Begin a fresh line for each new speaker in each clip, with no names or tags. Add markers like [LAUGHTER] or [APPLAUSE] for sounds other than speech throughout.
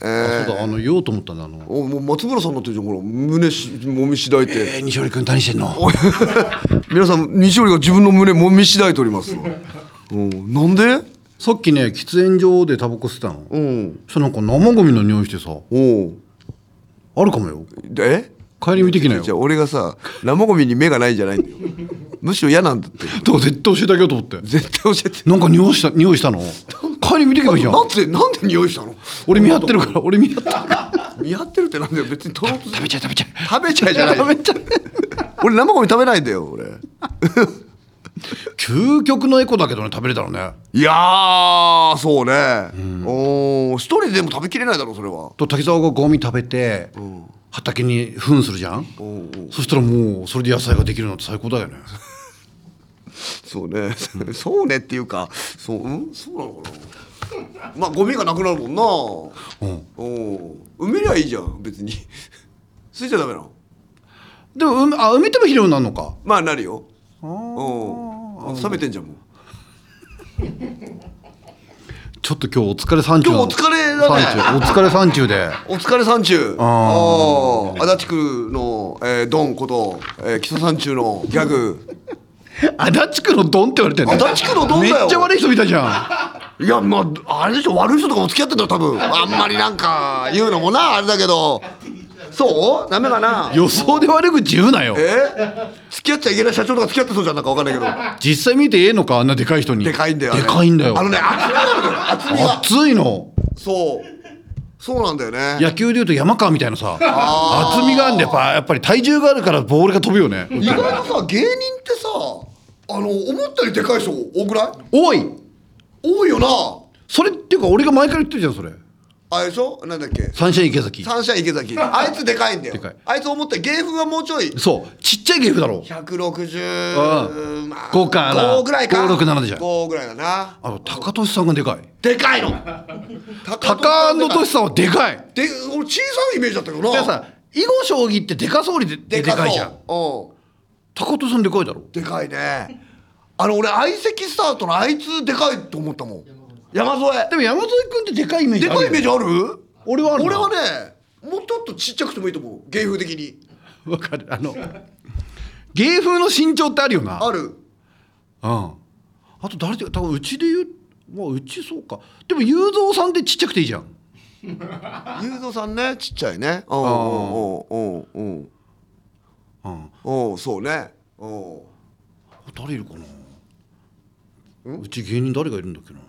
そうだあの言おうと思ったんだあの
おもう松村さんになってるじゃんほら胸しもみしだいて、
えー、西堀君何してんの
皆さん西織が自分の胸もみしだいており
[LAUGHS]
ます、うん、なんで
さっきね喫煙所でタバコ吸ってたの、
うん
そしたらなんか生ゴミの匂いしてさ
おう
あるかもよ
え
帰り見てきなよ
じゃあ俺がさ生ゴミに目がないんじゃないん
[LAUGHS]
だよむしろ嫌なんだって
とか絶対教えてあげようと思って
絶対教えて
なんか匂いした匂いしたの [LAUGHS] 帰り見てけばいいじゃん
なんでなんで匂いしたの
俺見張ってるから俺見張ってるから
見合ってるってなんだよ別に取ろうとする
食べちゃえ食べちゃえ
食べちゃいじゃない
食べちゃえ
[LAUGHS] 俺生ゴミ食べないんだよ俺
究極のエコだけどね食べれたのね
いやーそうね、おお一人でも食べきれないだろそれは
と滝沢がゴミ食べて、畑に糞するじゃん、そしたらもうそれで野菜ができるのって最高だよね
そうね [LAUGHS] そうねっていうかそう、うん、そうなのかなまあゴミがなくなるもんなおうん埋めりゃいいじゃん別に [LAUGHS] 捨てちゃダメなの
でもうんあ埋めても肥料になるのか
まあなるよおうん冷めてんじゃんもう
ちょっと今日お疲れ山中
今日お疲れだね
山中お疲れ山中で
お疲れ山中ああ足立区の、えー、ドンこと、えー、木曽山中のギャグ
足立区のドンって言われてんの
足立区のドンだよ
めっちゃ悪い人みたいじゃ
いやまああれでしょ悪い人とかも付き合ってんだよ多分あんまりなんか言うのもなあれだけどそうダメかなん
予想で悪口言うなよ
え付き合っちゃいけない社長とか付き合ってそうじゃんなんかわかんないけど
実際見てええのかあんなでかい人に
でかいんだよ、ね、
でかいんだよ
あのね厚みなのよ厚みが
熱いの
そうそうなんだよね
野球でいうと山川みたいなさ厚みがあるんでやっぱやっぱり体重があるからボールが飛ぶよね
意外とさ芸人ってさあの思ったよりでかい人多くない
おい
多いよな
それっていうか俺が前から言ってるじゃんそれ
あれでしょなんだっけ
サンシャイン池崎
サンシャイン池崎あいつでかいんだよ
でかい
あいつ思ったより芸風はもうちょい
そうちっちゃいゲームだろ
160、
うん
まあ、
5から
5ぐらいか
567じゃん
5ぐらいだな
あの高俊さんがでかい
でかいの
高野俊
ん
さんはでかい
で俺小さいイメージだったけどな
でさ囲碁将棋ってでかそうにでで
そう
かいじゃん
う
高俊さんでかいだろ
んでかいねあの俺相席スタートのあいつでかいと思ったもん山添
でも山添君ってでかいイメージ
で
ある
かい
よ
イメージある
俺はあるな
俺はねもうちょっとちっちゃくてもいいと思う芸風的に
わかるあの芸風の身長ってあるよな
ある
うん、あと誰で多分うちで言うまあうちそうかでも雄三さんってちっちゃくていいじゃん
雄三さんねちっちゃいねうんうんうんうん
うん
うんうんそうねうん
誰いるかなうち芸人誰がいるんだっけな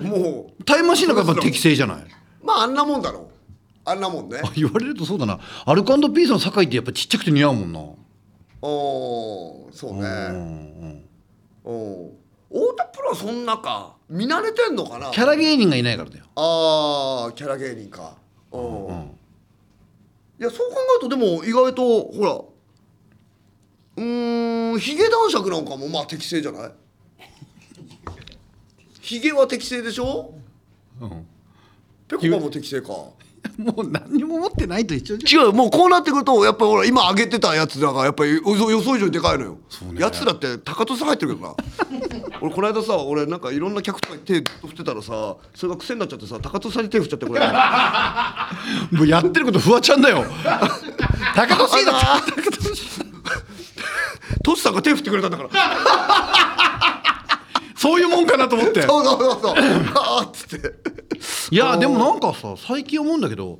も
タイムマシーンなんかやっぱ適正じゃないう
まああんなもんだろあんなもんね
あ言われるとそうだなアルカンドピースの酒井ってやっぱちっちゃくて似合うもんな
おそう
うん
ね
うん
お太田プロはそんなか見慣れてんのかな
キャラ芸人がいないからだよ
ああキャラ芸人かうん、いやそう考えるとでも意外とほらうーんヒゲ男爵なんかもまあ適正じゃない [LAUGHS] ヒゲは適正でしょ
うん
ぺこぱも適正か
もう何にも持ってないと一緒じ
違うもうこうなってくるとやっぱりほら今上げてたやつだからやっぱり予想予想以上にでかいのよ、やつだって高戸さん入ってるけど [LAUGHS] な俺この間さ俺なんかいろんな客とかに手振ってたらさそれが癖になっちゃってさ高戸さんに手振っちゃってこれ。
ゃんもうやってることフワちゃんだ
[LAUGHS]
よ高
あ
俊
の
だっ
[LAUGHS] トシさんが手振ってくれたんだから
てそういうもんかなと思って
[LAUGHS] そうそうそうそうあーっつって
いやでもなんかさ最近思うんだけど、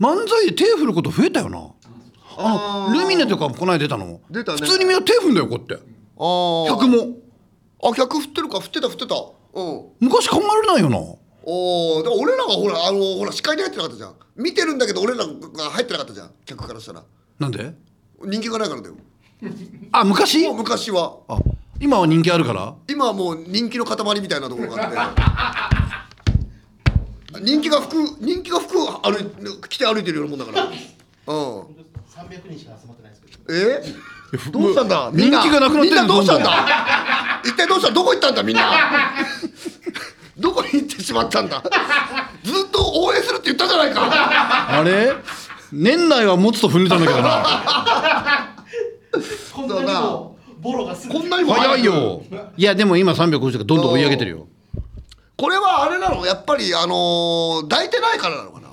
漫才で手振ること増えたよなあのルミネとかもこない出たの
出たね
普通にみんな手振るんだよこうやって
あー
客も
あ客振ってるか振ってた振ってたうん
昔考えられないよな
おーでも俺らがほらあのほら視界に入ってなかったじゃん見てるんだけど俺らが入ってなかったじゃん客からしたら
なんで
人気がないからだよ
あ昔
もう昔は
あ今は人気あるから
今はもう人気の塊みたいなところがあって [LAUGHS] 人気が服人気が服を歩い着て歩いてるようなもんだからうん
300人しか集まってないですけど。
えどうしたんだみんな
人気がなくなってる
みんなどうしたんだ一体どうしたどこ行ったんだみ
[LAUGHS]
んなどこに行ってしまったんだずっと応援するって言ったじゃないか
あれ年内は持つと踏んでたんだけど
[LAUGHS]
な
こんなにもボロがすぐ
こんなにも
早いよいやでも今350とかどんどん追い上げてるよ
これはあれなのやっぱりあのー抱いてないからなのかな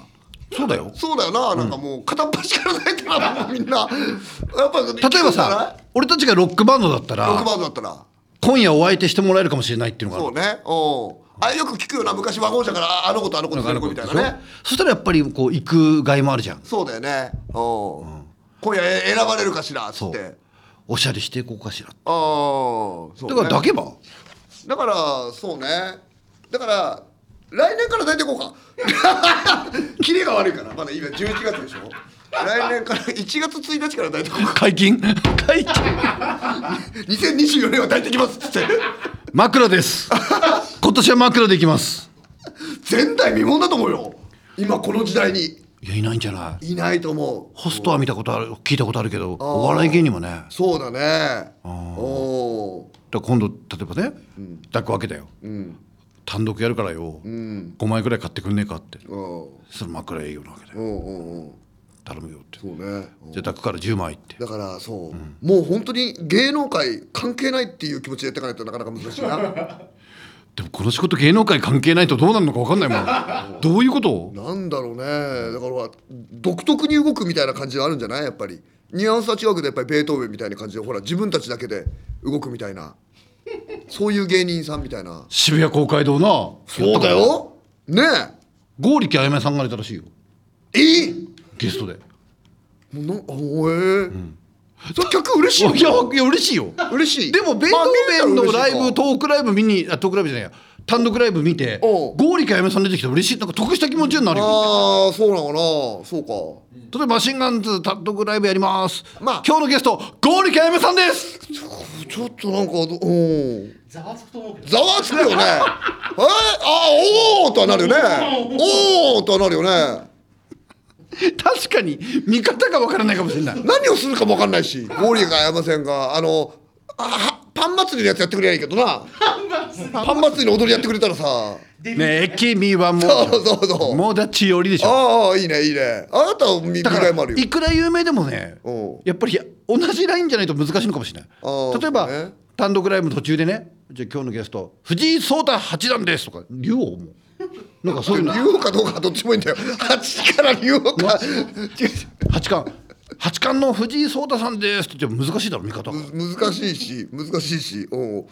そうだよ
そうだよななんかもう片っ端から抱いてなかったみんなやっぱ
例えばさ俺たちがロックバンドだった
ロック
ら
バンドだったら
今夜お相手してもらえるかもしれないっていうのがあ
そ
る
うねうんあよく聞くよな昔ワゴン車からああの子とあの子とあの子みたいなね
そしたらやっぱりこう行くがいもあるじゃん
そうだよねうん今夜え選ばれるかしらっつ
そ
っ
う
てあ
おしゃれしていこうかしら
あーそう
だ
ね
から抱けば
だからそうねだから来年から抱いていこうか [LAUGHS] キレが悪いからまだ今11月でしょ来年から1月1日から抱いていこうか
解禁解禁
2024年は抱いてきますっつって
枕です
[LAUGHS]
今年は枕でいきます
前代未聞だと思うよ今この時代に
いやいないんじゃない
いないと思う
ホストは見たことある聞いたことあるけどお笑い芸人もねだか
そうだねお
ら今度例えばね、抱くわけだよ、単独やるからよ、5枚ぐらい買ってくんねえかって
ーうん
それ枕営業なわけだよ
うんうんうん
頼むよって
そうねうん
じゃあ抱くから10枚って
だからそう、もう本当に芸能界関係ないっていう気持ちでやっていかないとなかなか難しいな
でもこの仕事芸能界関係ないとどうなるのか分かんないも
[LAUGHS]
んどういうこと
なんだろうねだから独特に動くみたいな感じがあるんじゃないやっぱりニュアンスは違うけどやっぱりベートーベンみたいな感じでほら自分たちだけで動くみたいなそういう芸人さんみたいな
渋谷公会堂な
そうだよね
剛力あやめさんが出たらしいよ
えいい
ゲストで
もうなんあおえーそれ客嬉しい
いやいや嬉しいよ
嬉しい
でもベートーベンのライブトークライブ見にあトークライブじゃないや単独ライブ見て
おう
剛力あやめさん出てきたら嬉しいなんか得した気持ちになるよ
ああーそうなのかなそうか
例えばマシンガンズ単独ライブやります、
まあ
今日のゲスト剛力あやめさんです [LAUGHS]
ちょっとなんかどうん
ざわつくと思うけど。
ざわつくよねえああおおとはなるよ
[LAUGHS]
ねおおとはなるよね
確かに見方が分からないかもしれない
何をするかもわかんないしゴーリーがあやませんがあのあはパン祭りのやつやってくれりゃいいけどなパン祭りの踊りやってくれたらさ
デビュー
ねえ君はも
そうそうそう
もうだちよりでしょ
ああいいねいいねあなたは見見
だか
栄えもあ
ら
るよ
いくら有名でもね
うん
やっぱり同じラインじゃないと難しいのかもしれな
あー
い例えば、
そうね
単独ライブの途中でねじゃあ今日のゲスト藤井聡太八段ですとか竜王もなんかそういうの
言おうかどうかはどっちもいいんだよ8から言おうか
[LAUGHS] 八冠八冠の藤井聡太さんですって言っても難しいだろ見方が
む難しいし難しいしうん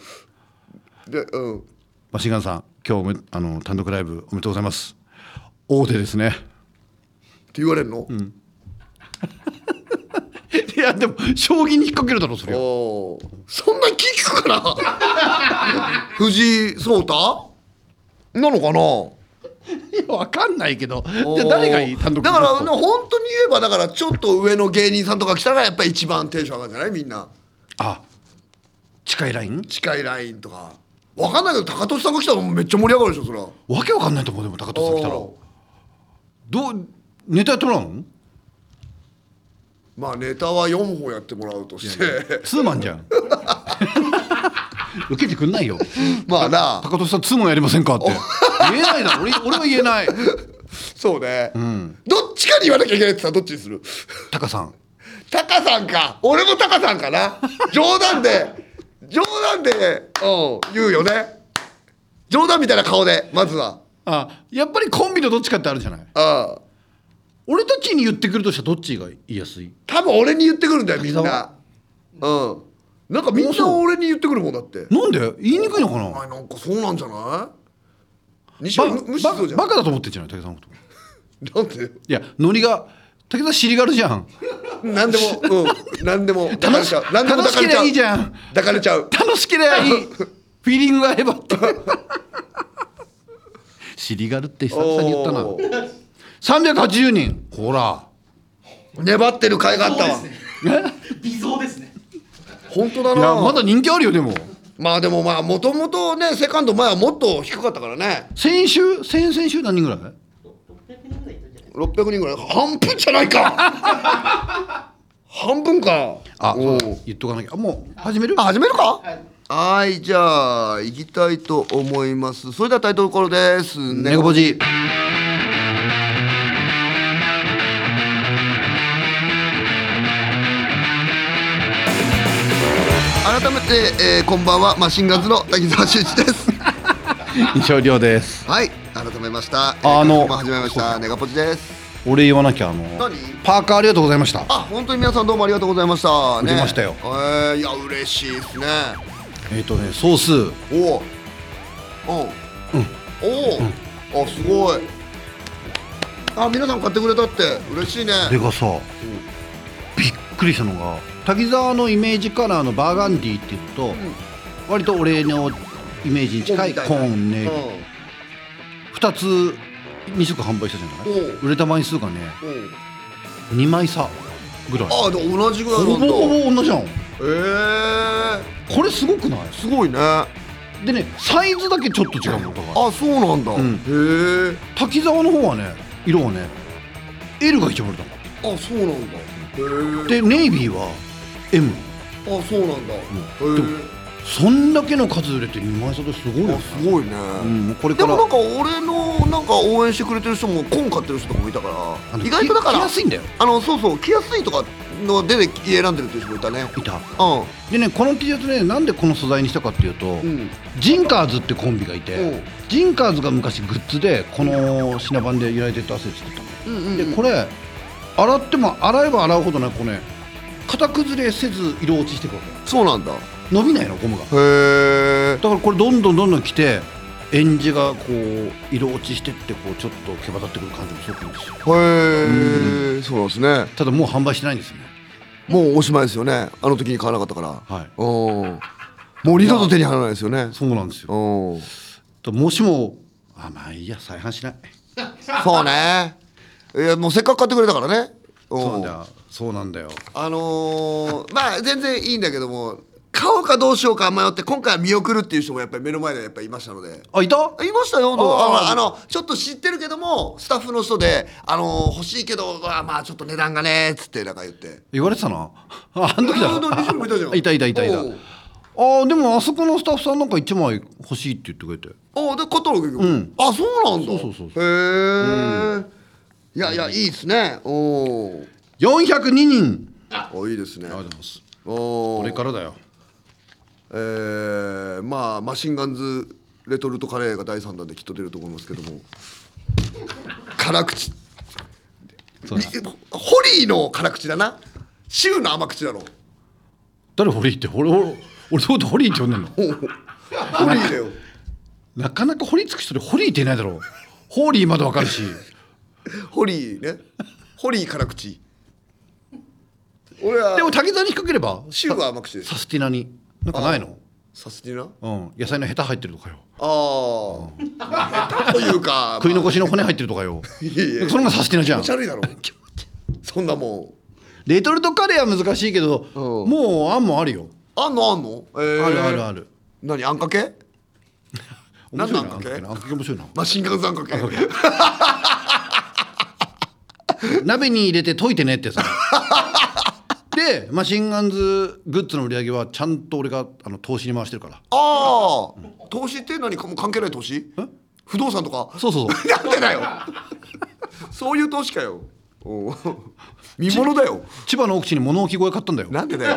でうん
マシンガンさん今日おめあの単独ライブおめでとうございます大手ですね
って言われんの、
[LAUGHS] いやでも将棋に引っ掛けるだろそれは
おーそんな聞くかな [LAUGHS] 藤井聡太なのかない
やわかんないけどじゃあ誰がいい単独
だから
ゲスト
本当に言えばだからちょっと上の芸人さんとか来たらやっぱり一番テンション上がるんじゃないみんな
あ近いライン
近いラインとかわかんないけど高俊さんが来たらもうめっちゃ盛り上がるでしょそれは
わけわかんないと思うでも高藤さん来たら
おー
どうネタやってもらうの
まあネタは4本やってもらうとして
ツーマンじゃん [LAUGHS] 受けてくんないよ
[LAUGHS] まあな
高俊さんツーマンやりませんかって言えないだろ俺俺は言えない
そうね、どっちかに言わなきゃいけないってさどっちにする
タカさん
タカさんか俺もタカさんかな冗談で冗談でうん言うよね冗談みたいな顔でまずは
あやっぱりコンビのどっちかってあるじゃない
うん
俺たちに言ってくるとしたらどっちが言いやすい
多分俺に言ってくるんだよみんなうんなんかみんな俺に言ってくるもんだって
なんで言いにくいのか
お前
な
なんかそうなんじゃない西
バ
は無無視そうじ
バ
ゃん
バカだと思ってんじゃない武田さんのこと
なんで
いやノリが武田尻があるじゃん
何でもうん何でも抱かれちゃう何でも
[LAUGHS] 楽し
抱か
けりゃ
れちゃう
いいじゃん
抱かれちゃう
楽しければ [LAUGHS] いいフィーリングが合えば [LAUGHS] って尻があるって久々に言ったな
おー
380人ほら
粘ってる甲斐があったわ
そうですね微増ですね。
本当だ
いや
な
まだ人気あるよでも
まあでもまあもともとねセカンド前はもっと低かったからね
先週先々週何人ぐらい
600人ぐらいいたんじゃない
600人ぐらい半分じゃない
[LAUGHS]
か半分か
あ
お
そう
う
だ言っとかなきゃあもう始める
あ始めるか
はい
はいじゃあ行きたいと思いますそれではタイトルコールです
ネコポ [LAUGHS] ジ [LAUGHS]
改めて、えーこんばんはマシンガンズの滝沢秀一です
少量です
はい改めました
あの
えー始めましたネガポジです
お礼言わなきゃあの
何
パーカーありがとうございました
あ本当に皆さんどうもありがとうございました
売れましたよ
えー、いや嬉しいですね
えっ、とね総数
おおおおお、あすごいあ皆さん買ってくれたって嬉しいね
でがさ、びっくりしたのが滝沢のイメージカラーのバーガンディって言うと、割と俺のイメージに近いコーンね、2つ2色販売したじゃない
おう
売れた枚数がね
うんうん
2枚差ぐらい
あでも同じぐらい
ほぼ
なんだ
ほぼ同じじゃん
えー、
これすごくない
すごいねあ
でねサイズだけちょっと違うのだから
そうなんだ、
うん
へえ
滝沢の方はね色はね L が一番売れたの
あそうなんだへえ
でネイビーは M
あそうなんだ、
うん
へ
そんだけの数売れて2枚差ってすごいよ
え
ね
あすごいね、
うん、もうこれ
で
か
も
ら
なんか俺のなんか応援してくれてる人もコーン買ってる人とかもいたか
あの
ら意外とだか
着
ら
やすいんだよ
あのそうそう着やすいとかのでで選んでるっていう人もいたね
いた
う
でねこの T シャツねなんでこの素材にしたかっていうと、
んうん
ジンカーズってコンビがいて、
うん
ジンカーズが昔グッズでこの品番でユナイテッドアセ作ったの、
うんうん
でこれ洗っても洗えば洗うほどなんかこうね型崩れせず色落ちしていくわ
そうなんだへ
け伸びないのゴムがだ
え
からこれどんどんどんどん着てエンジがこう色落ちしてってこうちょっと毛羽立ってくる感じもすごくいいんですよ
へえそうなんですね
ただもう販売してないんですよね
もうおしまいですよねあの時に買わなかったから
はい
うんもう二度と手に入らないですよね
そうなんですよ
うん
ともしもあまあいいや再販しない
そうねいやもうせっかく買ってくれたからねうん
そうなんだよそうなんだよ
あのー、まあ全然いいんだけども買おうかどうしようか迷って今回は見送るっていう人もやっぱり目の前でやっぱりいましたので
あいた
いましたよあ
あー
のあのちょっと知ってるけどもスタッフの人で、あのー欲しいけどあーまあちょっと値段がねっつってなんか言って
言われてたなああの時だ
あの西村もいたじゃん
あいたいたいたいた
おう
ああでもあそこのスタッフさんなんか一枚欲しいって言ってくれて
おおで買ったの結局、あそうなんだ
そうそうそうそ
へえ、いやいやいいですねおお
402人
おいいですね
ありがとうございます
お
こ
お
れからだよ
えー、まあマシンガンズレトルトカレーが第3弾できっと出ると思いますけども辛口
そうだ
えホリーの辛口だなシューの甘口だろ
誰ホリーって俺俺俺そうだホリーって呼んでんの
おうホリーだよ
なかなかホリーつく人でホリーっていないだろうホーリーまだわかるし
ホリーねホリー辛口俺は
でも滝沢に引っ掛ければ
シューが甘口です
サスティナになんかないの
さすに
う
な
ん野菜のヘタ入ってるとかよ
ああ下手というか
食い残しの骨入ってるとかよ
いやいや
そのがサスティナじゃ
気
ん
持ち悪いだろそんなもん
レトルトカレーは難しいけど
うん
もうあんもあるよ
あんのあんの、えー
あるあるある
何あんかけ
面
何
白
ないん
な
か
あん
け
かけなあんかけ面白いな
マシンガンズあんかけ
鍋に入れて溶いてねって
[LAUGHS]
さでマシンガンズグッズの売り上げはちゃんと俺があの投資に回してるから
ああ投資って何かもう関係ない投資不動産とか
そうそうそう
[LAUGHS] なんでだよそういう投資かよおう見物だよ
千葉の奥地に物置小屋買ったんだよ
なんでだよ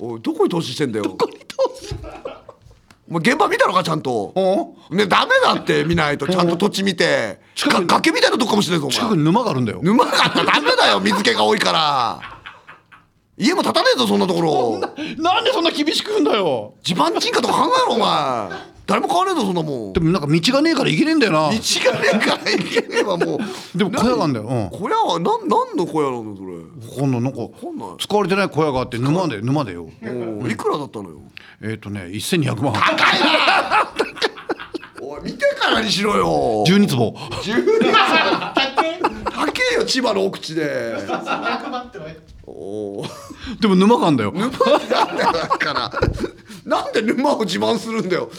おいどこに投資してんだよどこに投資もう現場見たのかちゃんと
お
ねダメだって見ないとちゃんと土地見て
近く
か
に
崖みたいなとこかもしれないぞお
近く
前
に沼があるんだよ
沼があったらダメだよ水気が多いから家も建たねえぞそんなところ
なんでそんな厳しく言うんだよ
地盤沈下とか考えろお前誰も買わねえぞそんなもん
でもなんか道がねえから行けねえんだよな
道がねえから行ければもう
でも小屋があるんだよ、うん、
小屋はなん何の小屋なのそれ
こんななんか
んない
使われてない小屋があって沼で沼でよ
おういくらだったのよ
えっ、とね1200万
おい見てからにしろよ
12坪
高えよ千葉の奥地で
300万ってのは
おお
でも沼があるんだよ
沼なんだよだからなんで沼を自慢するんだよ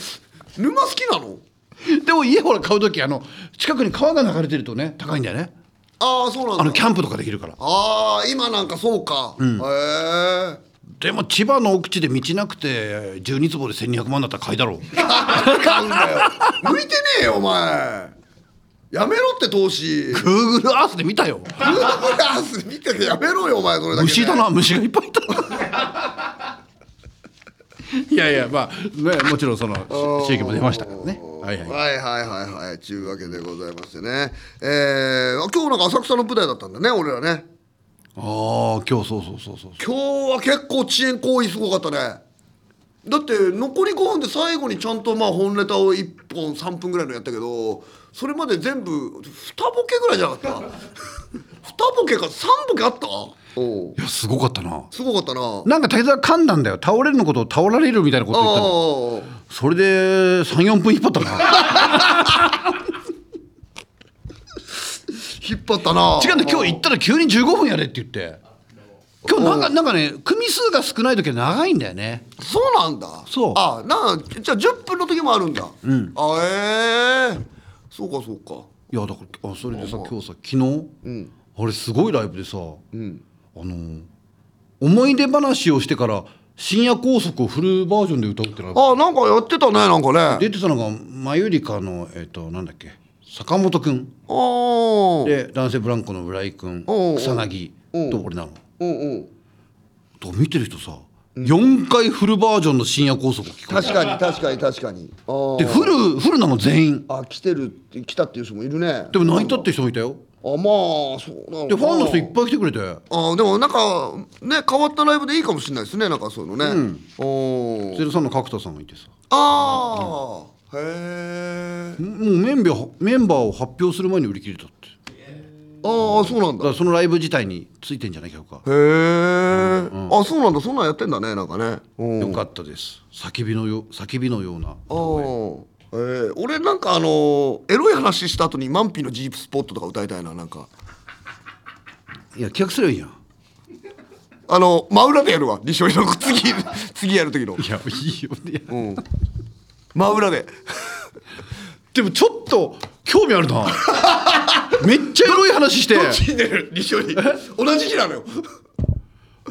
沼好きなの
[LAUGHS] でも家ほら買う時あの近くに川が流れてるとね高いんだよね
ああそうなんだ
あのキャンプとかできるから
ああ今なんかそうか、へえ
でも千葉の奥地で道なくて12坪で1200万だったら買いだろう
買うんだよ向いてねえよお前やめろって投資
Google Earth で見たよ
ブーブラース見ててやめろよお前それだけ、ね、
虫だな虫がいっぱいいたいやいやまあ、ね、もちろんその刺激も出ましたからねはいはい
はいはいはいはいちゅうわけでございましてねえー、あ今日なんか浅草の舞台だったんだね俺らね
ああ今日そうそうそうそう
今日は結構遅延行為すごかったねだって残り5分で最後にちゃんとまあ本ネタを1本3分ぐらいのやったけどそれまで全部2ボケぐらいじゃなかった2ボケか3ボケあったおう
いやすごかったな
すごかったなあ
なんか滝沢噛んだんだよ倒れるのことを倒られるみたいなこと言ったの
あ
それで34分引っ張ったな
引っ張ったな
違うんだよ今日行ったら急に15分やれって言って今日なんかなんかね組数が少ない時は長いんだよね
そうなんだ
そう
あなあじゃあ10分の時もあるんだうんあええそうかそうか
いやだからあそれでさ今日さ昨日、あれすごいライブでさ、あのー思い出話をしてから深夜高速をフルバージョンで歌うっての
あなんかやってたねなんかねあ
出てたのがマユリカのえっ、となんだっけ坂本くん
あー
で男性ブランコの浦井くん
おうおう
草薙と俺なの。
うんうん
と見てる人さ、四4回フルバージョンの深夜高速を聞く
確か
[LAUGHS]
に確かに確かにあー
でフルフルなの全員
あ来てるって来たっていう人もいるね
でも泣いたって人もいたよ
あまあそうなのかな
でファンの人いっぱい来てくれて
あでもなんかね変わったライブでいいかもしれないですねなんかそういうのね、おー
ゼロさんの角田さんがいてさ
ああ、へえ
もうメンバーメンバーを発表する前に売り切れたって
ああそうな
だ
んだ
か
へ
らそのライブ自体についてんじゃないかか、
え、あそうなんだそんなんやってんだねなんかねうん
よかったです叫びのよ叫びのような
あーえー、俺なんかあのーエロい話した後にマンピのジープスポットとか歌いたいななんか
いや企画すればいいやん
あの真裏でやるわ西尾の次次やる時の
いやいいよね
うん真裏で
でもちょっと興味あるなめっちゃエロい話して
どっちに出る西尾に同じ日なのよ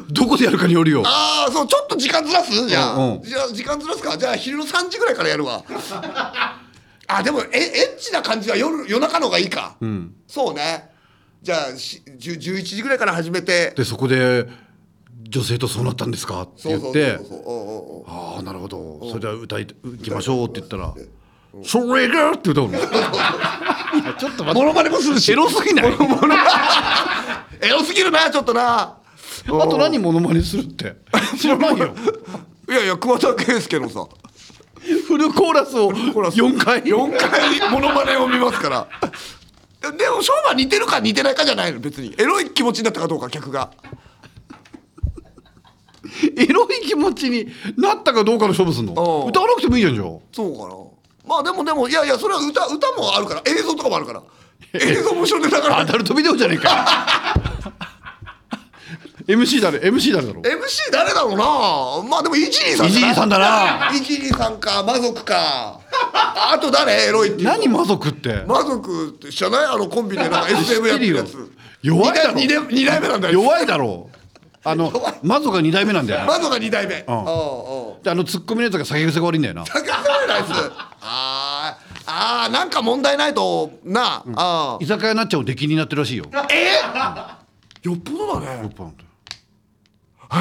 どこでやるかによるよ
ああそうちょっと時間ずらすじゃあ、
うんうん
じゃあ時間ずらすかじゃあ昼の3時ぐらいからやるわあでもえエッチな感じは夜夜中の方がいいか、そうねじゃあしじゅ11時ぐらいから始めて
でそこで女性とそうなったんですかって
そう
言
そ
っ
うそう
て
そうそうおうおうおう
ああなるほどそれでは歌いいきましょうって言ったら「それが!」って歌うのいや [LAUGHS] ちょっと待
モノマネもするし
エロすぎない
エロすぎるなちょっとな
あと何モノマネするって [LAUGHS] 知らないよ
いやいや桑田佳祐のさ
フルコーラスを4回
4回モノマネを見ますからでも勝負は似てるか似てないかじゃないの別にエロい気持ちになったかどうか客が
エロい気持ちになったかどうかの勝負すんの
うん
歌わなくてもいいじゃんじゃあ
そうかなまあでもでもいやいやそれは歌歌もあるから映像とかもあるから映像も後ろでだか
ア
ら
ダルトビデオじゃねえか [LAUGHS] MC 誰 MC 誰だろう
MC 誰だろうなまあでもイジリーさん
イジリーさんだな
イジリーさんか魔族かあと誰エロいっていうの
何魔族って
魔族って知らないあのコンビで [LAUGHS] なんか SM やってるやつ
弱いだろ
二代二代二代目なんだよ
弱いだろうあの魔族が2代目なんだよ
魔族が二代目うんうん
であのツッコミのやつが酒癖が悪いんだよな
高橋ナイスあーあーなんか問題ないとなあ、あ
居酒屋になっちゃう出禁になってるらしいよ
ーえー、よっぽどだね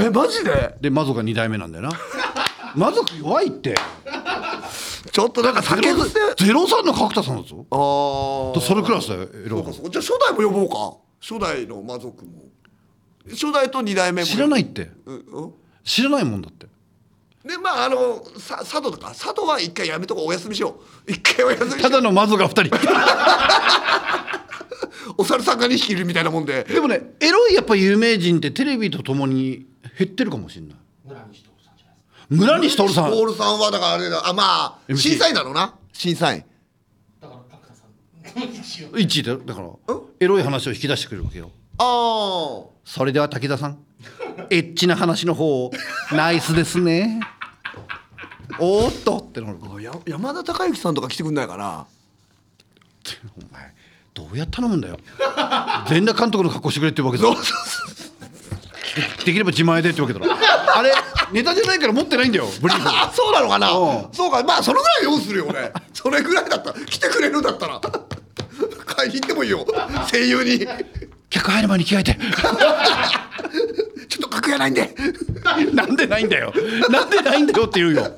えマジで
で魔族が2代目なんだよな [LAUGHS] 魔族弱いって
ちょっとなんか酒癖
ゼロさんの角田さんだぞ
あー
それクラスだよエロ
そうかそうかじゃあ初代も呼ぼうか初代の魔族も初代と二代目も、
知らないいって
うんうん、
知らないもんだって
でまああのさ佐渡とか佐渡は一回やめとこうお休みしよう一回お休みしたよ
だの魔族が2人
[LAUGHS] うお猿さんが二匹いるみたいなもんで
でもねエロいやっぱ有名人ってテレビとともに減ってるかもしれない
村西徹さんじゃないですか。
村西徹さん
オールさんはだからあれだあまあ
MC
審査員だろうな審査員
だから角田さん。一応。
1位だよだからエロい話を引き出してくれるわけよ
ああ
それでは滝田
[LAUGHS]
さんエッチな話の方ナイスですねおーっとってなる
や山田孝之さんとか来てくんないかな
お前どうやったのむんだよ全裸監督の格好してくれって言うわけだ
そう
ろできれば自前でってわけだろあれネタじゃないから持ってないんだよブリーフ
あ [LAUGHS] そうなのかな
うん
そうかまあそのぐらい用意するよ
[LAUGHS]
俺それぐらいだったら来てくれるんだったら買いに行ってもいいよ声優に
客入る前に着替えて
ちょっと楽屋ないんで
なんでないんだよなんでないんだよって言うよ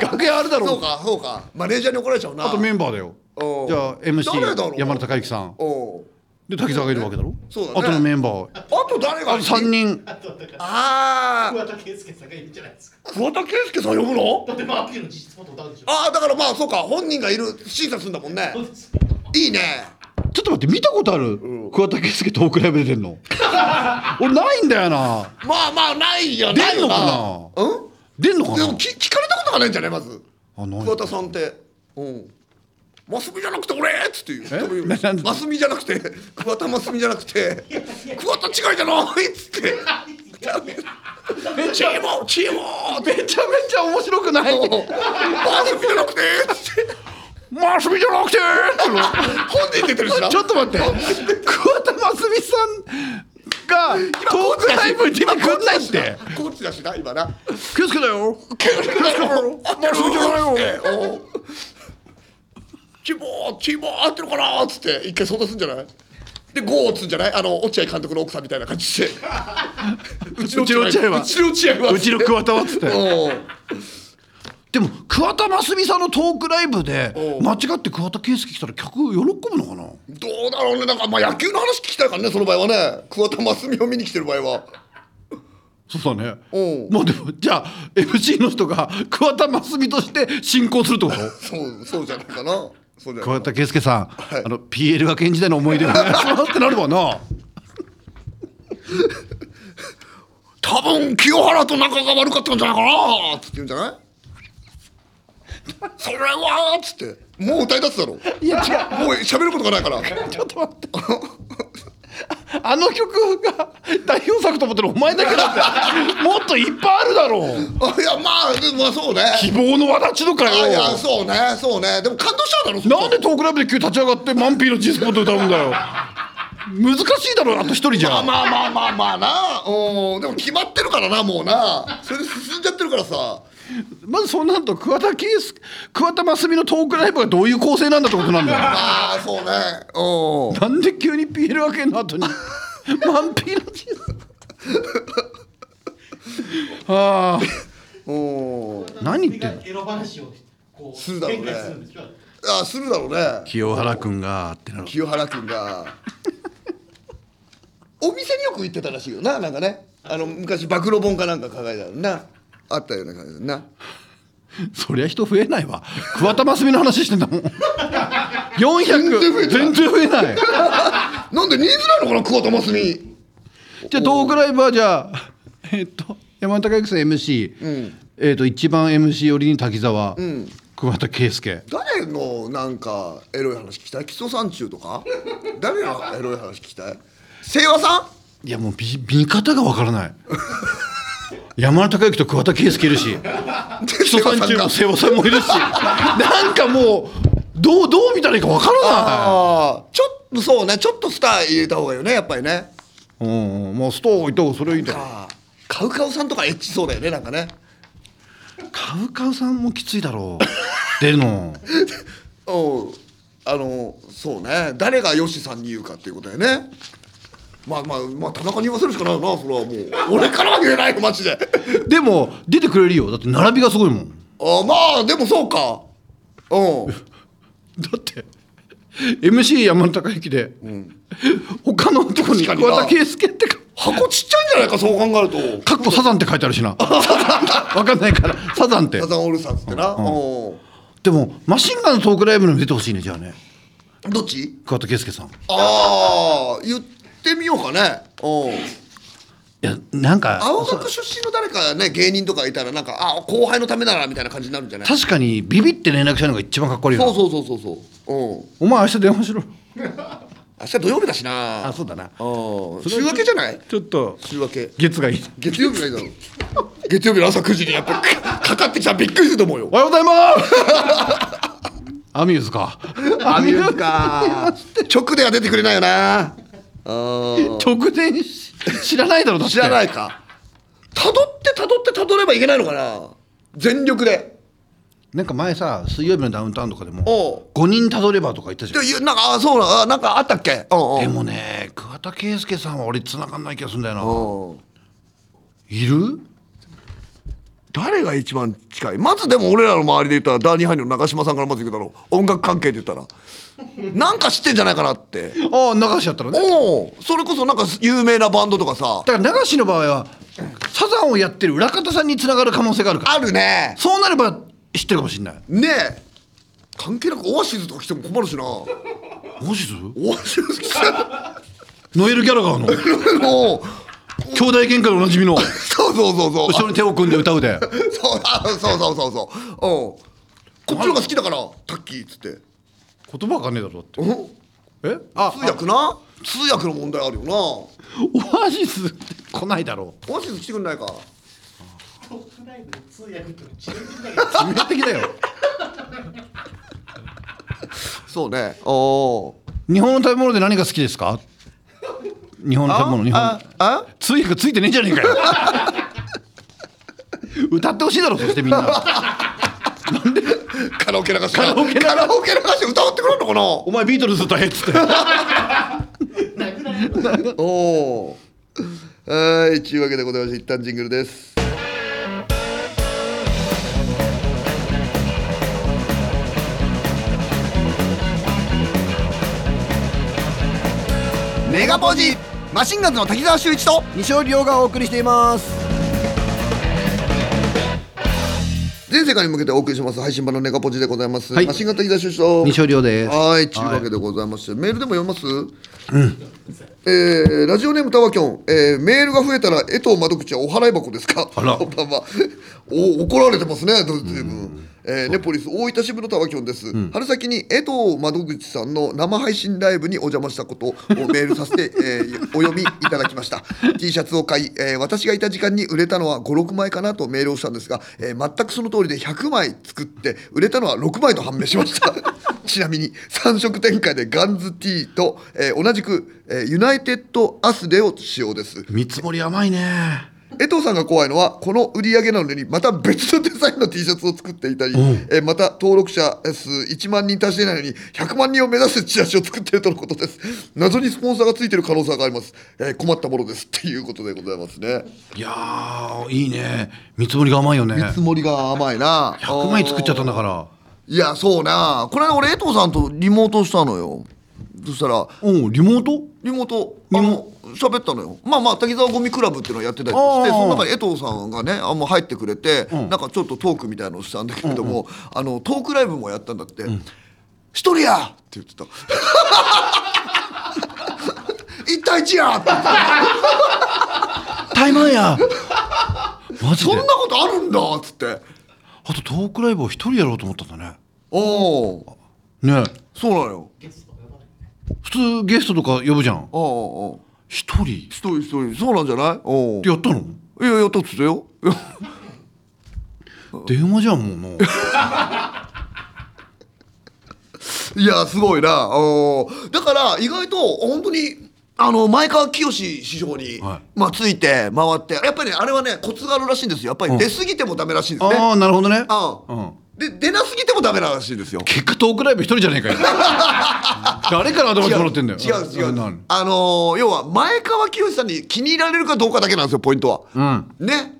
楽屋あるだ
そ
ろ
うかそうかマネージャーに怒られちゃうな
あとメンバーだよ
おう
じゃあ
誰だろ
MC
う
山田孝之さん
おう
で滝沢がいるわけだろ
そうだね
あとのメンバー
あと誰が
あと3人
あとだから
ああ
桑田佳祐さんがいるんじゃないですか
桑田佳祐さん呼ぶの
だってまあ秋の実質もと歌うでしょ
ああだからまあそうか本人がいる審査するんだもんね
そうです
いいね
ちょっと待って見たことある
うん
桑田佳祐とトークライブ出てん
[LAUGHS]
の俺ないんだよな
まあまあないよないよなうん
出んのか
で
な
もき聞かれたことがないんじゃないまず
あない
桑田さんってうんマスミじゃなくて俺っつって言う人もいる
ななんで
マスミじゃなくて桑田マスミじゃなくて桑田違いじゃないっつってチーモーチ
[LAUGHS]
ーモーって
めちゃめちゃ面白くな
マスミじゃなくてつって
マスミじゃなくて
本人出てるしな
ちょっと待って桑田真澄さんがトークライブに出てくんないって
コーチだしな今な
気をつけだよ
マスミじゃないよチーモーチーモー合ってるかなっつって一回相談するんじゃないでゴーっつうんじゃないあの落合監督の奥さんみたいな感じで
うちの落合は
うちの落合は
うちの桑田はっつって
うん
でも桑田真澄さんのトークライブで
おう
間違って桑田佳祐来たら客喜ぶのかな
どうだろうねなんかまあ野球の話聞きたいからねその場合はね桑田真澄を見に来てる場合は
そうだね
うん
まあでもじゃあ MC の人が桑田真澄として進行するってこと
そうそうじゃないかなそうじゃない
桑田佳祐さん、
い
あの PL 学園時代の思い出をお願いしますってなるわな
多分清原と仲が悪かったんじゃないかなっつって言うんじゃないそれはっつってもう歌い出すだろ
いや違う
もう喋ることがない
[LAUGHS]
から
ちょっと待ってあの曲が代表作と思ってるお前だけだって [LAUGHS] もっといっぱいあるだろう
あいやまあでもまあそうね
希望の轍とか
あいや
よ
そうねそうねでも感動しちゃうだろそ
なんでトークライブで急に立ち上がってマンピーの G スポット歌うんだよ難しいだろあと一人じゃ
あ
ん
まあまあまあまあなうんでも決まってるからなもうなそれで進んじゃってるからさ
まずそうなると桑田佳祐桑田真澄のトークライブがどういう構成なんだってことなんだ [LAUGHS] よ
ああそうねうん
なんで急に PL 分けの [LAUGHS] 後にマンピーの G スポットああ
お
何言ってんの
エロ話をこう
するだろうね
展開するんでしょ
あするだろうね
清原君がってなる
清原君がお店によく行ってたらしいよななんかねあの昔暴露本かなんか抱えたよなあったような感じだな
そりゃ人増えないわ桑田真澄の話してんだも [LAUGHS] ん400全
全
然増えない
なんでニーズないのかな桑田真澄
じゃあトークライブはじゃあ [LAUGHS] えっと山田孝之さん MC、
ん
えっと一番 MC 寄りに滝沢、
ん
桑田佳祐
誰のなんかエロい話聞きたい木曽山中とか誰のエロい話聞きたい清和さ
[LAUGHS]
ん
いやもう見見方がわからない [LAUGHS] 山田孝之と桑田佳祐いるし基礎山中の聖和さんもいるしなんかもうどうどう見たらいいかわから
ああちょっとそうねちょっとスター入れた方がいいよねやっぱりね
ないうんうんもうストーン置いとこそれいいんだよ
ああカウカウさんとかエッチそうだよねなんかね
カウカウさんもきついだろう出るの
うんあのそうね誰がヨシさんに言うかっていうことだよねまあまあまあ田中に言わせるしかないよなそれはもう俺からは言えないよマジで
でも出てくれるよだって並びがすごいもん
あまあでもそうかうん
[LAUGHS] だって MC 山田孝之で、他の男に
確かにな
桑田佳祐ってか
箱ちっちゃいんじゃないかそう考えると
かっこサザンって書いてあるしなわかんないからサザンって
サザンオールスターズってな、うん
でもマシンガンのトークライブにも出てほしいねじゃあね
どっち
桑田佳祐さんい
ああ言ってみようかねうん
やなんか
青学出身の誰かね芸人とかいたらなんかあ後輩のためならみたいな感じになるんじゃない
確かにビビって連絡したのが一番かっこ悪いよ
そう
な
そうそうそうそううん
お前明日電話しろ
明日土曜日だしな
うだな
うん
それ
週明けじゃない
ちょっと
週明け
月がいい
月曜日がいいだ
[LAUGHS]
ろう月曜日の朝9時にやっぱかかかってきたらびっくりすると思うよ
おはようございます
[LAUGHS]
アミューズか
アミューズか直では出てくれないよなうん
直前にし知らないだろだって
知らないいかたどってたどってたどればいけないのかな全力で
なんか前さ水曜日のダウンタウンとかで
おう
も5人たどればとか言ったじゃ
でいやなんかあそうなあなんかあったっけうんうん
んでもね桑田佳祐さんは俺繋がんない気がするんだよ
うん
ないる
誰が一番近いまずでも俺らの周りで言ったらダーニーハニーの中島さんからまず行くだろう音楽関係で言 [LAUGHS] ったらなんか知ってんじゃないかなって
ああ流しやったらね
おおそれこそなんか有名なバンドとかさ
だから流しの場合はサザンをやってる裏方さんに繋がる可能性があるから
あるね
そうなれば知ってるかもしれない
ねえ関係なくオアシズとか来ても困る [LAUGHS] しなオ
マジで
アシズ来た
ノエル・ギャラガ [LAUGHS] ーの
もう [LAUGHS]
兄弟喧嘩でおなじみの
そうそうそうそう
後ろに手を組んで歌うで
[LAUGHS] そうあそうそうそうそうおうこっちの方が好きだからタッキーっつって
[LAUGHS] 言葉わかんねえだろだって
うん
えあ
通訳な通訳の問題あるよな
オアシスって来ないだろ
オアシズ来てくんないか
トップライブの通訳って自分で
う致命的だよ
そうねお
日本の食べ物で何が好きですか日本の食べ物日本の
あ
通訳ついてねえじゃねえかよ [LAUGHS] 歌ってほしいだろそしてみんな
カラオケ流して
カラオケ流
カラオケ流して歌ってくれるのかな
お前ビートルズ歌えっつって
殴られるの
おおうはいというわけでございまして一旦ジングルですメガポージマシンガンズの滝沢秀一と
西尾亮がお送りしています
全世界に向けてお送りします配信版のネガポジでございます、
はい
マシンガン滝沢秀一と
西尾亮です
はい、ちゅうわけでございまして、メールでも読みます。えーラジオネームたわきょん、えーメールが増えたら、江藤窓口はお払い箱ですか。
あら
こんばんは [LAUGHS] お、怒られてますね、ずいぶん。えーネポリス大分支部のたわきょんです、春先に江藤窓口さんの生配信ライブにお邪魔したこと [LAUGHS] をメールさせて、えーお読みいただきました [LAUGHS] T シャツを買い、えー私がいた時間に売れたのは56枚かなとメールをしたんですが、えー全くその通りで100枚作って売れたのは6枚と判明しました [LAUGHS] ちなみに3色展開でガンズ T と、えー同じく、えーユナイテッドアスデを使用です
見積もり甘いね
江藤さんが怖いのはこの売り上げなのにまた別のデザインの T シャツを作っていたり、えーまた登録者数1万人達していないのに100万人を目指すチラシを作っているとのことです謎にスポンサーがついている可能性があります、えー困ったものですっていうことでございますね
いやーいいね見積もりが甘いよね
見積もりが甘いな
100枚作っちゃったんだから
いやそうなこれ俺江藤さんとリモートしたのよそしたら
うんリモート
リモートあの喋ったのよまあまあ滝沢ゴミクラブっていうのをやってたりとかして
あー
その中に江藤さんがねあもう入ってくれて、なんかちょっとトークみたいのをしたんだけれども、あのトークライブもやったんだって「一人や!」って言 [LAUGHS] ってた「一対一や!」って言ってた
タイマンやマジ
そ
で
んなことあるんだっつって
あとトークライブを一人やろうと思ったんだね
おお
ね
そうなのよ
ゲス
普
トとか呼ばない
通ゲストとか呼ぶじゃん
ああああ
一人
一人一人そうなんじゃないおお
でやったの
いややったっつってたよいや
電話じゃんもう [LAUGHS] な
いやすごいなおーだから意外と本当にあの前川清志師匠に、
は
まあ、ついて回ってやっぱりねあれはねコツがあるらしいんですよやっぱり出過ぎてもダメらしいんですね、
ああなるほどね
うん
うん
で出なすぎてもダメらしいんですよ
結果トークライブ一人じゃねえかよ
[LAUGHS]
誰から頭
違
しても
う
らってんだよ
違う違う
な
あのー要は前川清さんに気に入られるかどうかだけなんですよポイントは、ね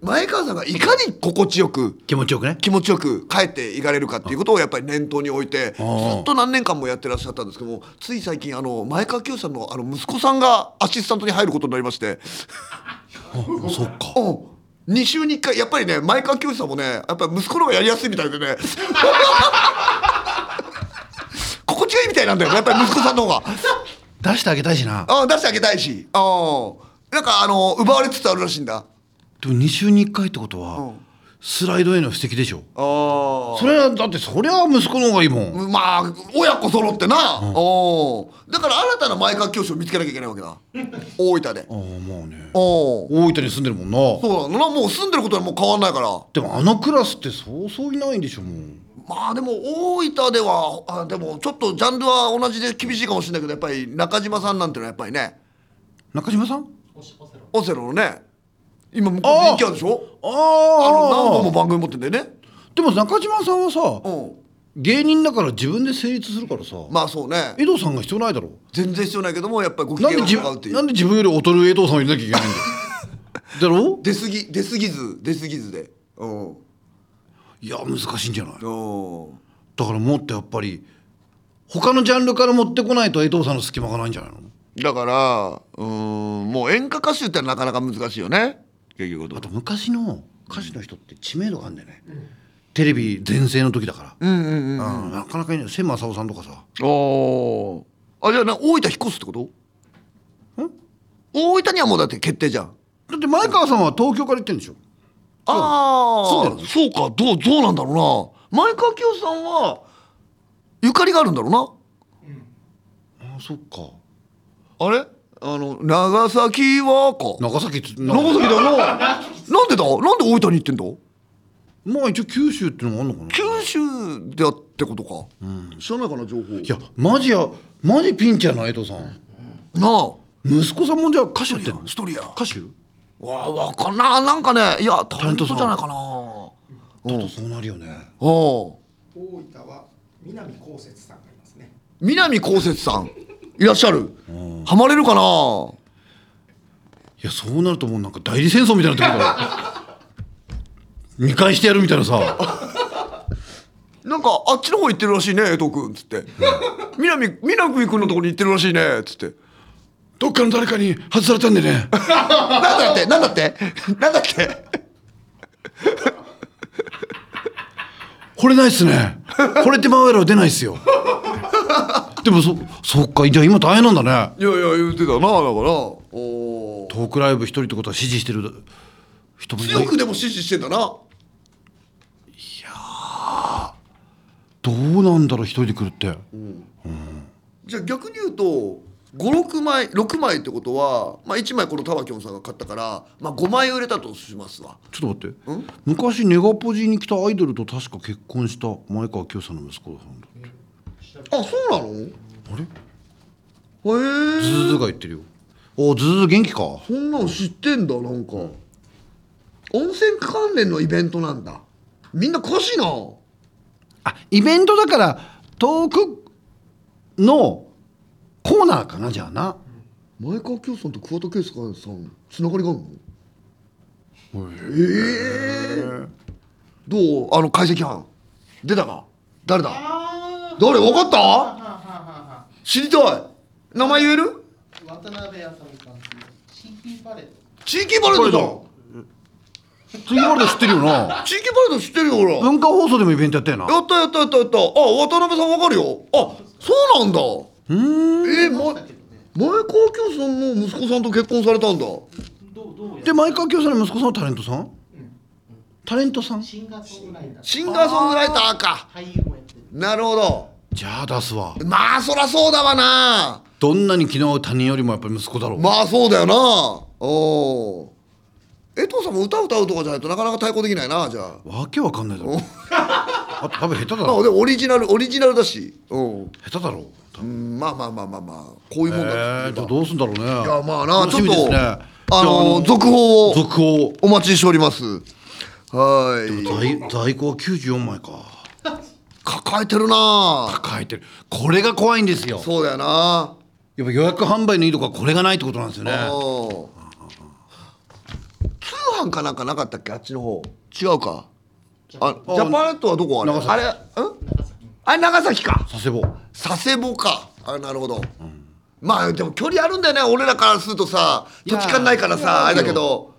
前川さんがいかに心地よく
気持ちよくね
気持ちよく帰っていかれるかっていうことをやっぱり念頭に置いてず
ー
っと何年間もやってらっしゃったんですけどもつい最近あの前川清さんのあの息子さんがアシスタントに入ることになりまして
あそっか
うん2週に1回やっぱりね前川清さんもねやっぱり息子の方がやりやすいみたいでね [LAUGHS] 心地がいいみたいなんだよねやっぱり息子さんの方が
出してあげたいしな
あ出してあげたいしあなんかあの奪われつつあるらしいんだ
でも2週に1回ってことは、
うん
スライドへの指摘でしょ
あー
それはだってそりゃ息子の方がいいもん、
まあ親子揃ってな、おーだから新たな前川教師を見つけなきゃいけないわ
[LAUGHS]
けだ大分で
ああまあね
おー
大分に住んでるもんな
そうなのなもう住んでることはもう変わんないから
でもあのクラスってそうそういないんでしょもう
まあでも大分ではあでもちょっとジャンルは同じで厳しいかもしれないけどやっぱり中島さんなんてのはやっぱりね
中島さん
押し押せろ
オセロのね今向こう人気あるでしょ
あ
あの
あ
何度も番組持ってんだよね
でも中島さんはさ
う
芸人だから自分で成立するからさ、
んまあそうね
江藤さんが必要ないだろ
全然必要ないけどもやっぱりご機
なん
嫌
で
を
自
伺うって
分
い
なん
う
で
[LAUGHS]
自分より劣る江藤さんを入れなきゃいけないんだよだろ
出過ぎ出過ぎず出過ぎずでううん
いや難しいんじゃない
うん
だからもっとやっぱり他のジャンルから持ってこないと江藤さんの隙間がないんじゃないの
だからうーんもう演歌歌手ってなかなか難しいよね結局の
あと昔の歌手の人って知名度があるんだよね、テレビ全盛の時だから、
うんうんうん
うんなかなかいない千正夫さんとかさ
おーあじゃあな大分引っ越すってこと大分にはもうだって決定じゃん
だって前川さんは東京から行ってるんでしょ
ああ
そうだよね
そうかどうどうなんだろうな前川清さんはゆかりがあるんだろう
ああそっか
なあれあの長崎はか
長崎って
長崎だよ [LAUGHS] ななんでだなんで大分に行ってんだ
まあ一応九州ってのもあんのかな
九州であってことか、知らないかな情報
いやマジやマジピンチやな江藤さん
なあ
息子さんもじゃあ歌手やってんの
ストーリーや
歌手
わあわかんななんかねいやタ
レ
レン
ン
ト
トさ
じ
ん
ゃないかなお
だとそうなるよね
お
大分は南こうせつさんがいますね。
南こうせつさんいらっしゃるハマれるかない
やそうなるともうなんか代理戦争みたいになってくるから [LAUGHS] 見返してやるみたいなさ
なんかあっちの方行ってるらしいね江藤君つって南南君のとこに行ってるらしいねつって
どっかの誰かに外されたんでね
なんだってなんだってなんだって
これないっすねこれってマウエロ出ないっすよでもそそっかじゃあ今大変なんだね
いやいや言ってたなだからお
トークライブ一人ってことは支持してる人もいない
強くでも支持してんだな
どうなんだろう一人で来るって
じゃあ逆に言うと56枚6枚ってことは、まあ、1枚このタワキョンさんが買ったから、まあ、5枚売れたとしますわ
ちょっと待って昔ネガポジに来たアイドルと確か結婚した前川清さんの息子さんだって
あそうなの
あれ
へえ
ズーズーが言ってるよおズーズー元気か
そんなの知ってんだなんか温泉関連のイベントなんだみんな詳しいな
あイベントだからトークのコーナーかなじゃあな
前川清さんと桑田佳祐さんつながりがあるのええどうあの解析班出たか誰だ
あ
誰分かっ
あ。
た
はあはあは
知りたい名前言える
あ。渡辺あさみ監督。シーキーパレット。
地域バレットだ
次まで知ってるよ
[LAUGHS]
な
地域バレット知ってるよほら
文化放送でもイベントやったよな
やったやったやったやったあ渡辺さんわかるよあそうなんだ
うん
えー、ま
だけどね。
前川清さんの息子さんと結婚されたんだ
どうどうや。
で前川清さんの息子さんはタレントさんタレントさん
シンガーソングライター。
シンガーソングライターか
俳優もやってる。
なるほど
じゃあ出すわ
まあそらそうだわな
どんなに昨日他人よりもやっぱり息子だろう、
まあそうだよなおお江藤さんも歌歌うとかじゃないとなかなか対抗できないなじゃあ
わけわかんないだろう [LAUGHS] あと多分下手だ
まあ
ろ
でもオリジナルオリジナルだしうん
下手だろう
うんまあまあまあまあまあこういう
え
もんだ
ー、じゃあどうすんだろうねい
いやまあなちょっと、
ね、
あの
じゃ
続報を
続報
お待ちしておりますはーい
在在庫は94枚か
抱えてるな
抱えてるこれが怖いんですよ
そうだよな
やっぱ予約販売のいいとこはこれがないってことなんですよね
お通販かなんかなかったっけあっちの方違うかあジャパネットはどこあれ
長崎
あれんあれ長崎か
佐世保
佐世保かあなるほど、まあでも距離あるんだよね俺らからするとさ土地勘ないからさあれだけど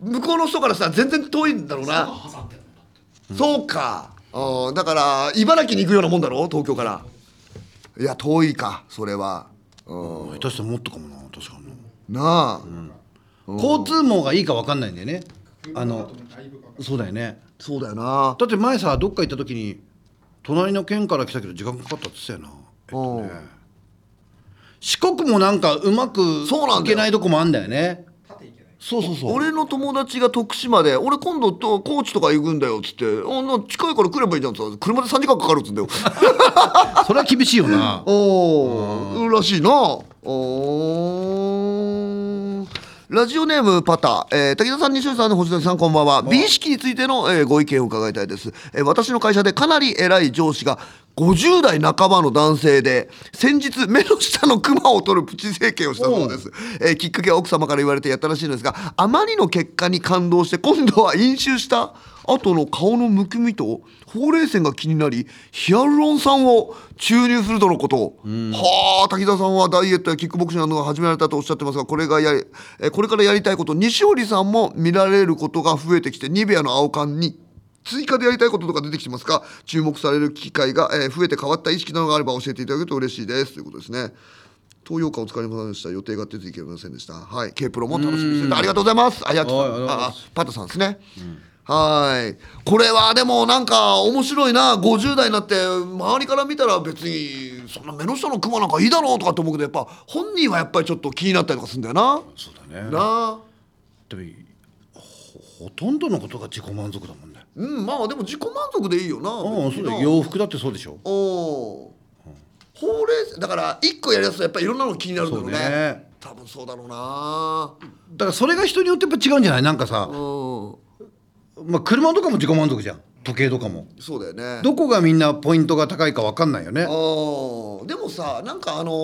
向こうの人からさ全然遠いんだろうな
挟んでるんだって。
そうか、うん、だから茨城に行くようなもんだろ東京からいや遠いかそれは、う
下
ん、
手したらもっとかもな確かにな
なあ、
交通網がいいかわかんないんだよねあの
だいぶかか
そうだよね
そうだよな
だって前さどっか行った時に隣の県から来たけど時間かかったって言ってたよな、えっとね
う、
四国もなんかうまく
そうなんだよ
いけないとこもあんだよね
縦いけない。
そうそうそう
俺の友達が徳島で「俺今度と高知とか行くんだよ」っつって「あな近いから来ればいいじゃん」っつったら車で3時間かかるっつうんだよ
それは厳しいよな
おおらしいなおーラジオネームパター、えー、滝田さん西尾さん星崎さんこんばんは美意識についての、えーご意見を伺いたいです、えー私の会社でかなり偉い上司が50代半ばの男性で先日目の下のクマを取るプチ整形をしたそうです、えーきっかけは奥様から言われてやったらしいのですがあまりの結果に感動して今度は飲酒した後の顔のむくみとほうれい線が気になりヒアルロン酸を注入するとのこと、はあ滝沢さんはダイエットやキックボクシングなどが始められたとおっしゃってますがこれがやりえーこれからやりたいこと西織さんも見られることが増えてきてニベアの青缶に追加でやりたいこととか出てきてますか注目される機会が、えー増えて変わった意識などがあれば教えていただけると嬉しいですということですね東洋館お疲れ様でした予定が出ていけませんでしたはい K プロも楽しみにしててありがとうございますあやきさん
はいありがとうございます
あパットさんですね、はーいこれはでもなんか面白いな50代になって周りから見たら別にそんな目の下のクマなんかいいだろうとかって思うけどやっぱ本人はやっぱりちょっと気になったりとかするんだよな、
そうだね
なあ
でもほほとんどのことが自己満足だもんね
うんまあでも自己満足でいいよな
うん
別
そ
に
う
な
だよ洋服だってそうでしょ
おおー、ほうれいだから一個やりだすとやっぱりいろんなの気になるんだろうね
そうね
多分そうだろうな
だからそれが人によってやっぱ違うんじゃないなんかさ
う、ん
まあ、車とかも自己満足じゃん時計とかも
そうだよね
どこがみんなポイントが高いか分かんないよね
あーでもさなんかあのー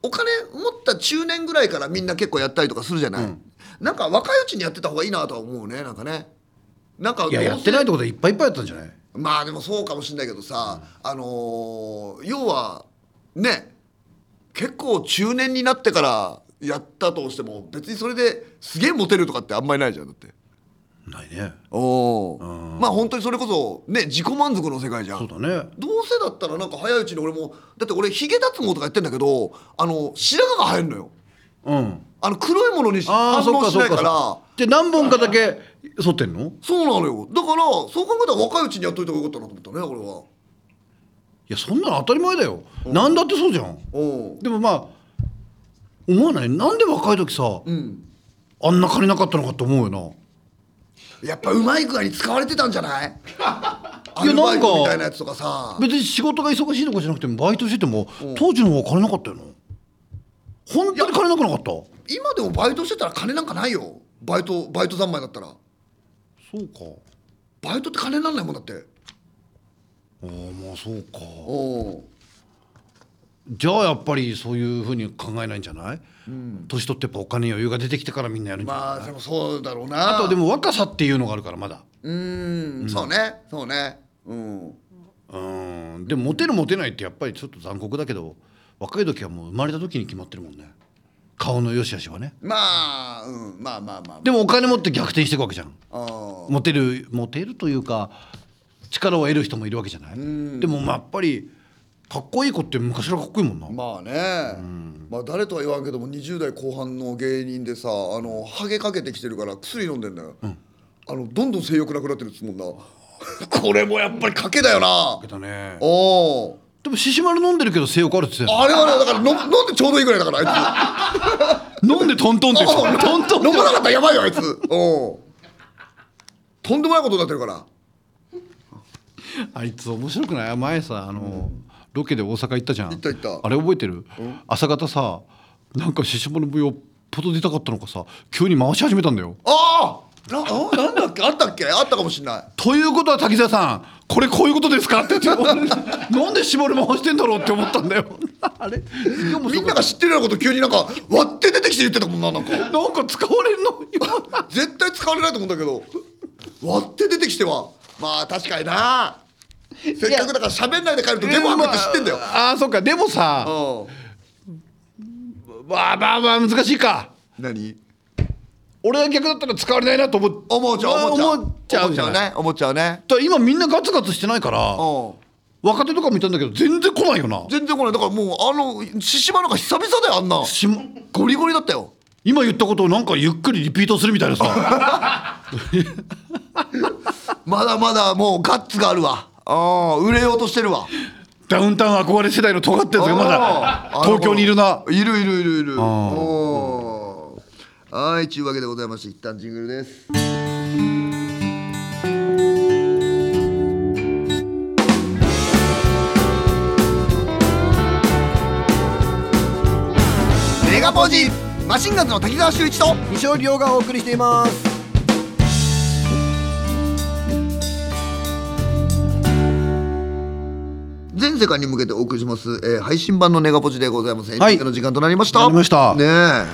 お金持った中年ぐらいからみんな結構やったりとかするじゃない、
うん
なんか若いうちにやってた方がいいなとは思うねなんかねなんか
いややってないって
と
ことはいっぱいいっぱいやったんじゃない
まあでもそうかもしれないけどさ、あのー要はね結構中年になってからやったとしても別にそれですげえモテるとかってあんまりないじゃんだって
ないね
おお
うん
まあ本当にそれこそね自己満足の世界じゃん
そうだね
どうせだったらなんか早いうちに俺もだって俺ヒゲ脱毛とかやってんだけどあの白髪が生えるのよ
うん
あの黒いものに
あ
反
あそっ
応
か
し
そ
な
っ
い
か
から
そっかで何本かだけ剃ってんの
そうなのよだからそう考えたら若いうちにやっといた方がよかったなと思ったね俺はい
やそんなの当たり前だよ何だってそうじゃん
うん
でもまあ思わないなんで若い時さ
うん
あんな金なかったのかって思うよ
やっぱうまい具合に使われてたんじゃないア
[LAUGHS] いや
ルバ
な
イ
ん
ト
か
みたいなやつとかさ
な別に仕事が忙しいとかじゃなくてもバイトしてても当時の方が金なかったよな本当に金なくなかったそ
今でもバイトしてたら金なんかないよバイトバイト三昧だったら
うか
バイトって金になんないもんだって
ああまあそうか
うん
じゃあやっぱりそういうふうに考えないんじゃない、年取ってやっぱお金に余裕が出てきてからみんなやるんじゃない、
まあでもそうだろう
あ、
な
とでも若さっていうのがあるからまだ
うーんそうねそうねうん
うんでもモテるモテないってやっぱりちょっと残酷だけど若い時はもう生まれた時に決まってるもんね顔の良し悪しはね
まあ、うん、まあまあまあ、
でもお金持って逆転していくわけじゃん
あー
モテるモテるというか力を得る人もいるわけじゃない、でもまあやっぱりかっこいい子って昔からかっこいいもんな、
まあね、まあ誰とは言わんけども20代後半の芸人でさあのハゲかけてきてるから薬飲んでんだよ、あのどんどん性欲なくなってるっつもんな [LAUGHS] これもやっぱり賭けだよな
だね
おお
でも獅子丸飲んでるけど性欲あるって言ってたよ
あれはねだからの飲んでちょうどいいぐらいだからあ
飲んでトントンって言ってたトン
[LAUGHS] いつ飲まなかったらやばいよあいつおうとんでもないことになってるから
[LAUGHS] あいつ面白くない前さあの、ロケで大阪行ったじゃん
行った行った
あれ覚えてる朝方さなんか獅子丸もよっぽど出たかったのかさ急に回し始めたんだよ
ああなあなんだっけあったっけあったかもしんない
ということは滝沢さんこれこういうことですかって言って [LAUGHS] なんで絞り回してんだろうって思ったんだよ [LAUGHS] あれすげえ面
み
白
ん
か
な
っ
が知ってるようなこと急になんか割って出てきて言ってたもんななんか
たなんか使われるの今
絶対使われないと思うんだけど割って出てきてはまあ確かになせっかくだから喋ん [LAUGHS] ないで帰るとデモ吐くって知ってんだよ、
ああーそっかでもさ
うん
まあまあまあ難しいか
何
俺が逆だったら使われないなと思っ
思うちゃう
まあ
思っちゃう
思っじゃない
ね思っちゃうね
だから今みんなガツガツしてないから
う
若手とかもいたんだけど全然来ないよなん
全然来ないだからもうあの獅子マなんか久々だよあんな
しま
ゴリゴリだったよ
今言ったことをなんかゆっくりリピートするみたい
[LAUGHS]
なさ
まだまだもうガッツがあるわうん売れようとしてるわ
ダウンタウン憧れ世代の尖ってるやつがまだ
あー
東京にいるな。
いるいるいるいる。
ん
おーはい、ちゅうわけでございまして、一旦ジングルです。メガポージ、マシンガンズの滝沢秀一と。
二勝両がお送りしています
全世界に向けてお送りします、えー配信版のネガポジでございます。エンデ
はい
ィングの時間となりました。
なりました
ねえ。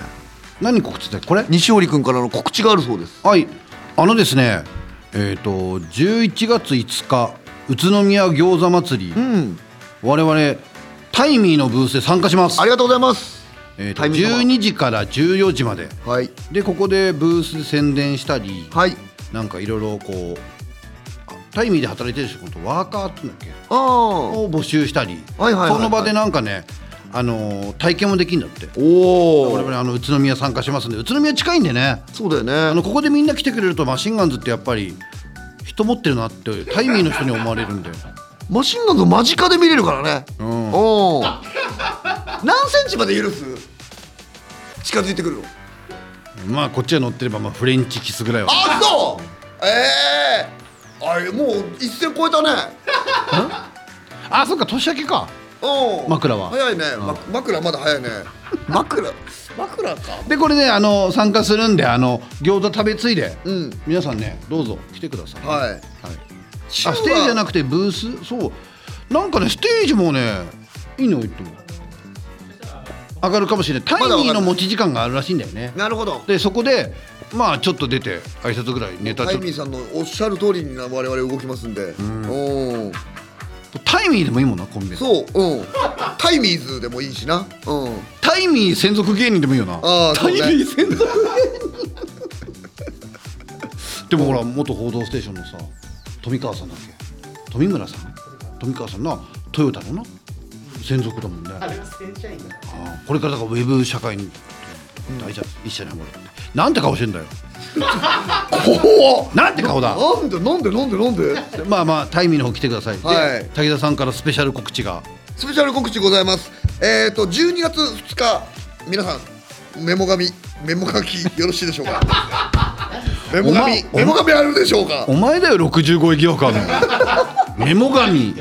何告知だっけこれ
西織君からの告知があるそうです。
はい、あのですね、えっ、と11月5日宇都宮餃子祭り、
うん。
我々タイミーのブースで参加します
あ。りがとうございます。
えーと
タイミー様
12時から14時まで。
はい。
でここでブースで宣伝したり、
はい。
なんかいろいろこうあタイミーで働いてる人ことワーカーっていうんだっけ
ああ。
を募集したり、
はいはいはいはい
その場でなんかね、あのー体験もできるんだって。
お
我
お。
々あの宇都宮参加しますんで宇都宮近いんでね。
そうだよね。
あのここでみんな来てくれるとマシンガンズってやっぱり人持ってるなってタイミーの人に思われるんで
マシンガンズ間近で見れるからね。
うん
おお。何センチまで許す？近づいてくるの。
まあこっちは乗ってればまあフレンチキスぐらいは
あそう。ええあれもう一線超えたね。
あそっか年明けか
うん。
枕は
早いね。ま、枕まだ早い [LAUGHS] ね。枕。枕か。
でこれねあの参加するんであの餃子食べついで、
うん
皆さんねどうぞ来てください、
はい。
はいあステージじゃなくてブースそうなんかねステージもねいいの言っても上がるかもしれないタイミーの持ち時間があるらしいんだよね
なるほど。
でそこでまあちょっと出て挨拶ぐらいネタ
タ
ち
イ
ょっと
ミーさんのおっしゃる通りにな我々動きますんで、うん、
タイミーでもいいもんなコンビニ
そう、うん、タイミーズでもいいしな、うん、
タイミー専属芸人でもいいよな
あー
タ
そう
イ
ね
ミー専属芸人でもほら元「報道ステーション」のさ富川さんだっけ富村さん富川さんなトヨタのな専属だもんね
あれは正社員だ
あーこれからだからウェブ社会に大事だ一緒にハマるってなんて顔してんだよ
怖っ
なんて顔だ
なんでなんでなんでなんで
でまあまあタイミーの方来てください、で
はい
滝田さんからスペシャル告知が
スペシャル告知ございますえっ、と12月2日皆さんメモ紙メモ書きよろしいでしょ
[LAUGHS]
うかメモ
お前
紙メモ紙あるでしょうか
お前だよ65駅よか
[LAUGHS]
のメモ紙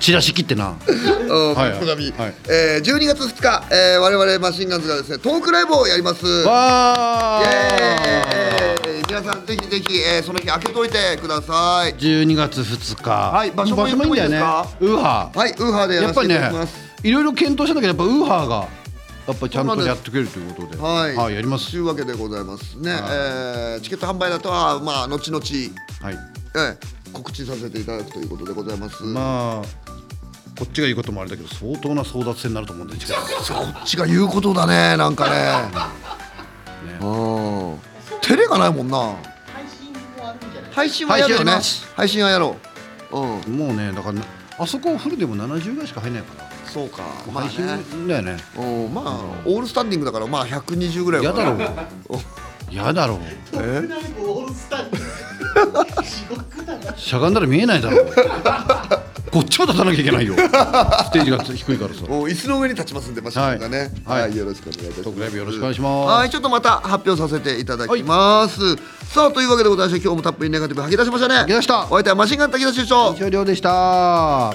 チラシ切ってな
うん
はい
メモ紙、
はい
えー12月2日、えー、我々マシンガンズがですねトークライブをやります
わ
イ
ー
エーイ皆さんぜひぜひ、えーその日開けといてください
12月2日
はい場所も
いいんだよね
言ってもいいですか
ウーハー、
はいウーハーでや
や
ら
っぱ
せて
り
いただ
ね
きます
いろいろ検討したんだけどやっぱウーハーがやっぱりちゃん
そうな
と
んで
や
す
ってくれるということで
はい、
やります
というわけでございますね、えーチケット販売だとはまあ後々、え
はい
ー告知させていただくということでございます、
まあこっちが言うこともあれだけど相当な争奪戦になると思うんで近く
そっちが言うことだねなんかね
ね
うん照れがないもんな
配信もあるんじゃない
配信はやるよね
配信やります
配信はやろううん
もうねだからなあそこフルでも70ぐらいしか入んないから、
そうかまあ
配
ね
信だよね
うんまあオールスタンディングだからまあ120ぐらい
や
は
だろう
お
やだろう
特大オールスターに地獄だな
しゃがんだら見えないだろうこっちは立たなきゃいけないよステージが低いからさ
もう椅子の上に立ちますんで、マシンがね、
は
はいい、
はい
よろしくお願いいたします。
トークライブよろしくお願いします
はい、ちょっとまた発表させていただきます。さあ、というわけでございまして、今日もたっぷりネガティブ吐き出しましたね。
吐き出した
お相手はマシンガン滝田修長。
終了でした。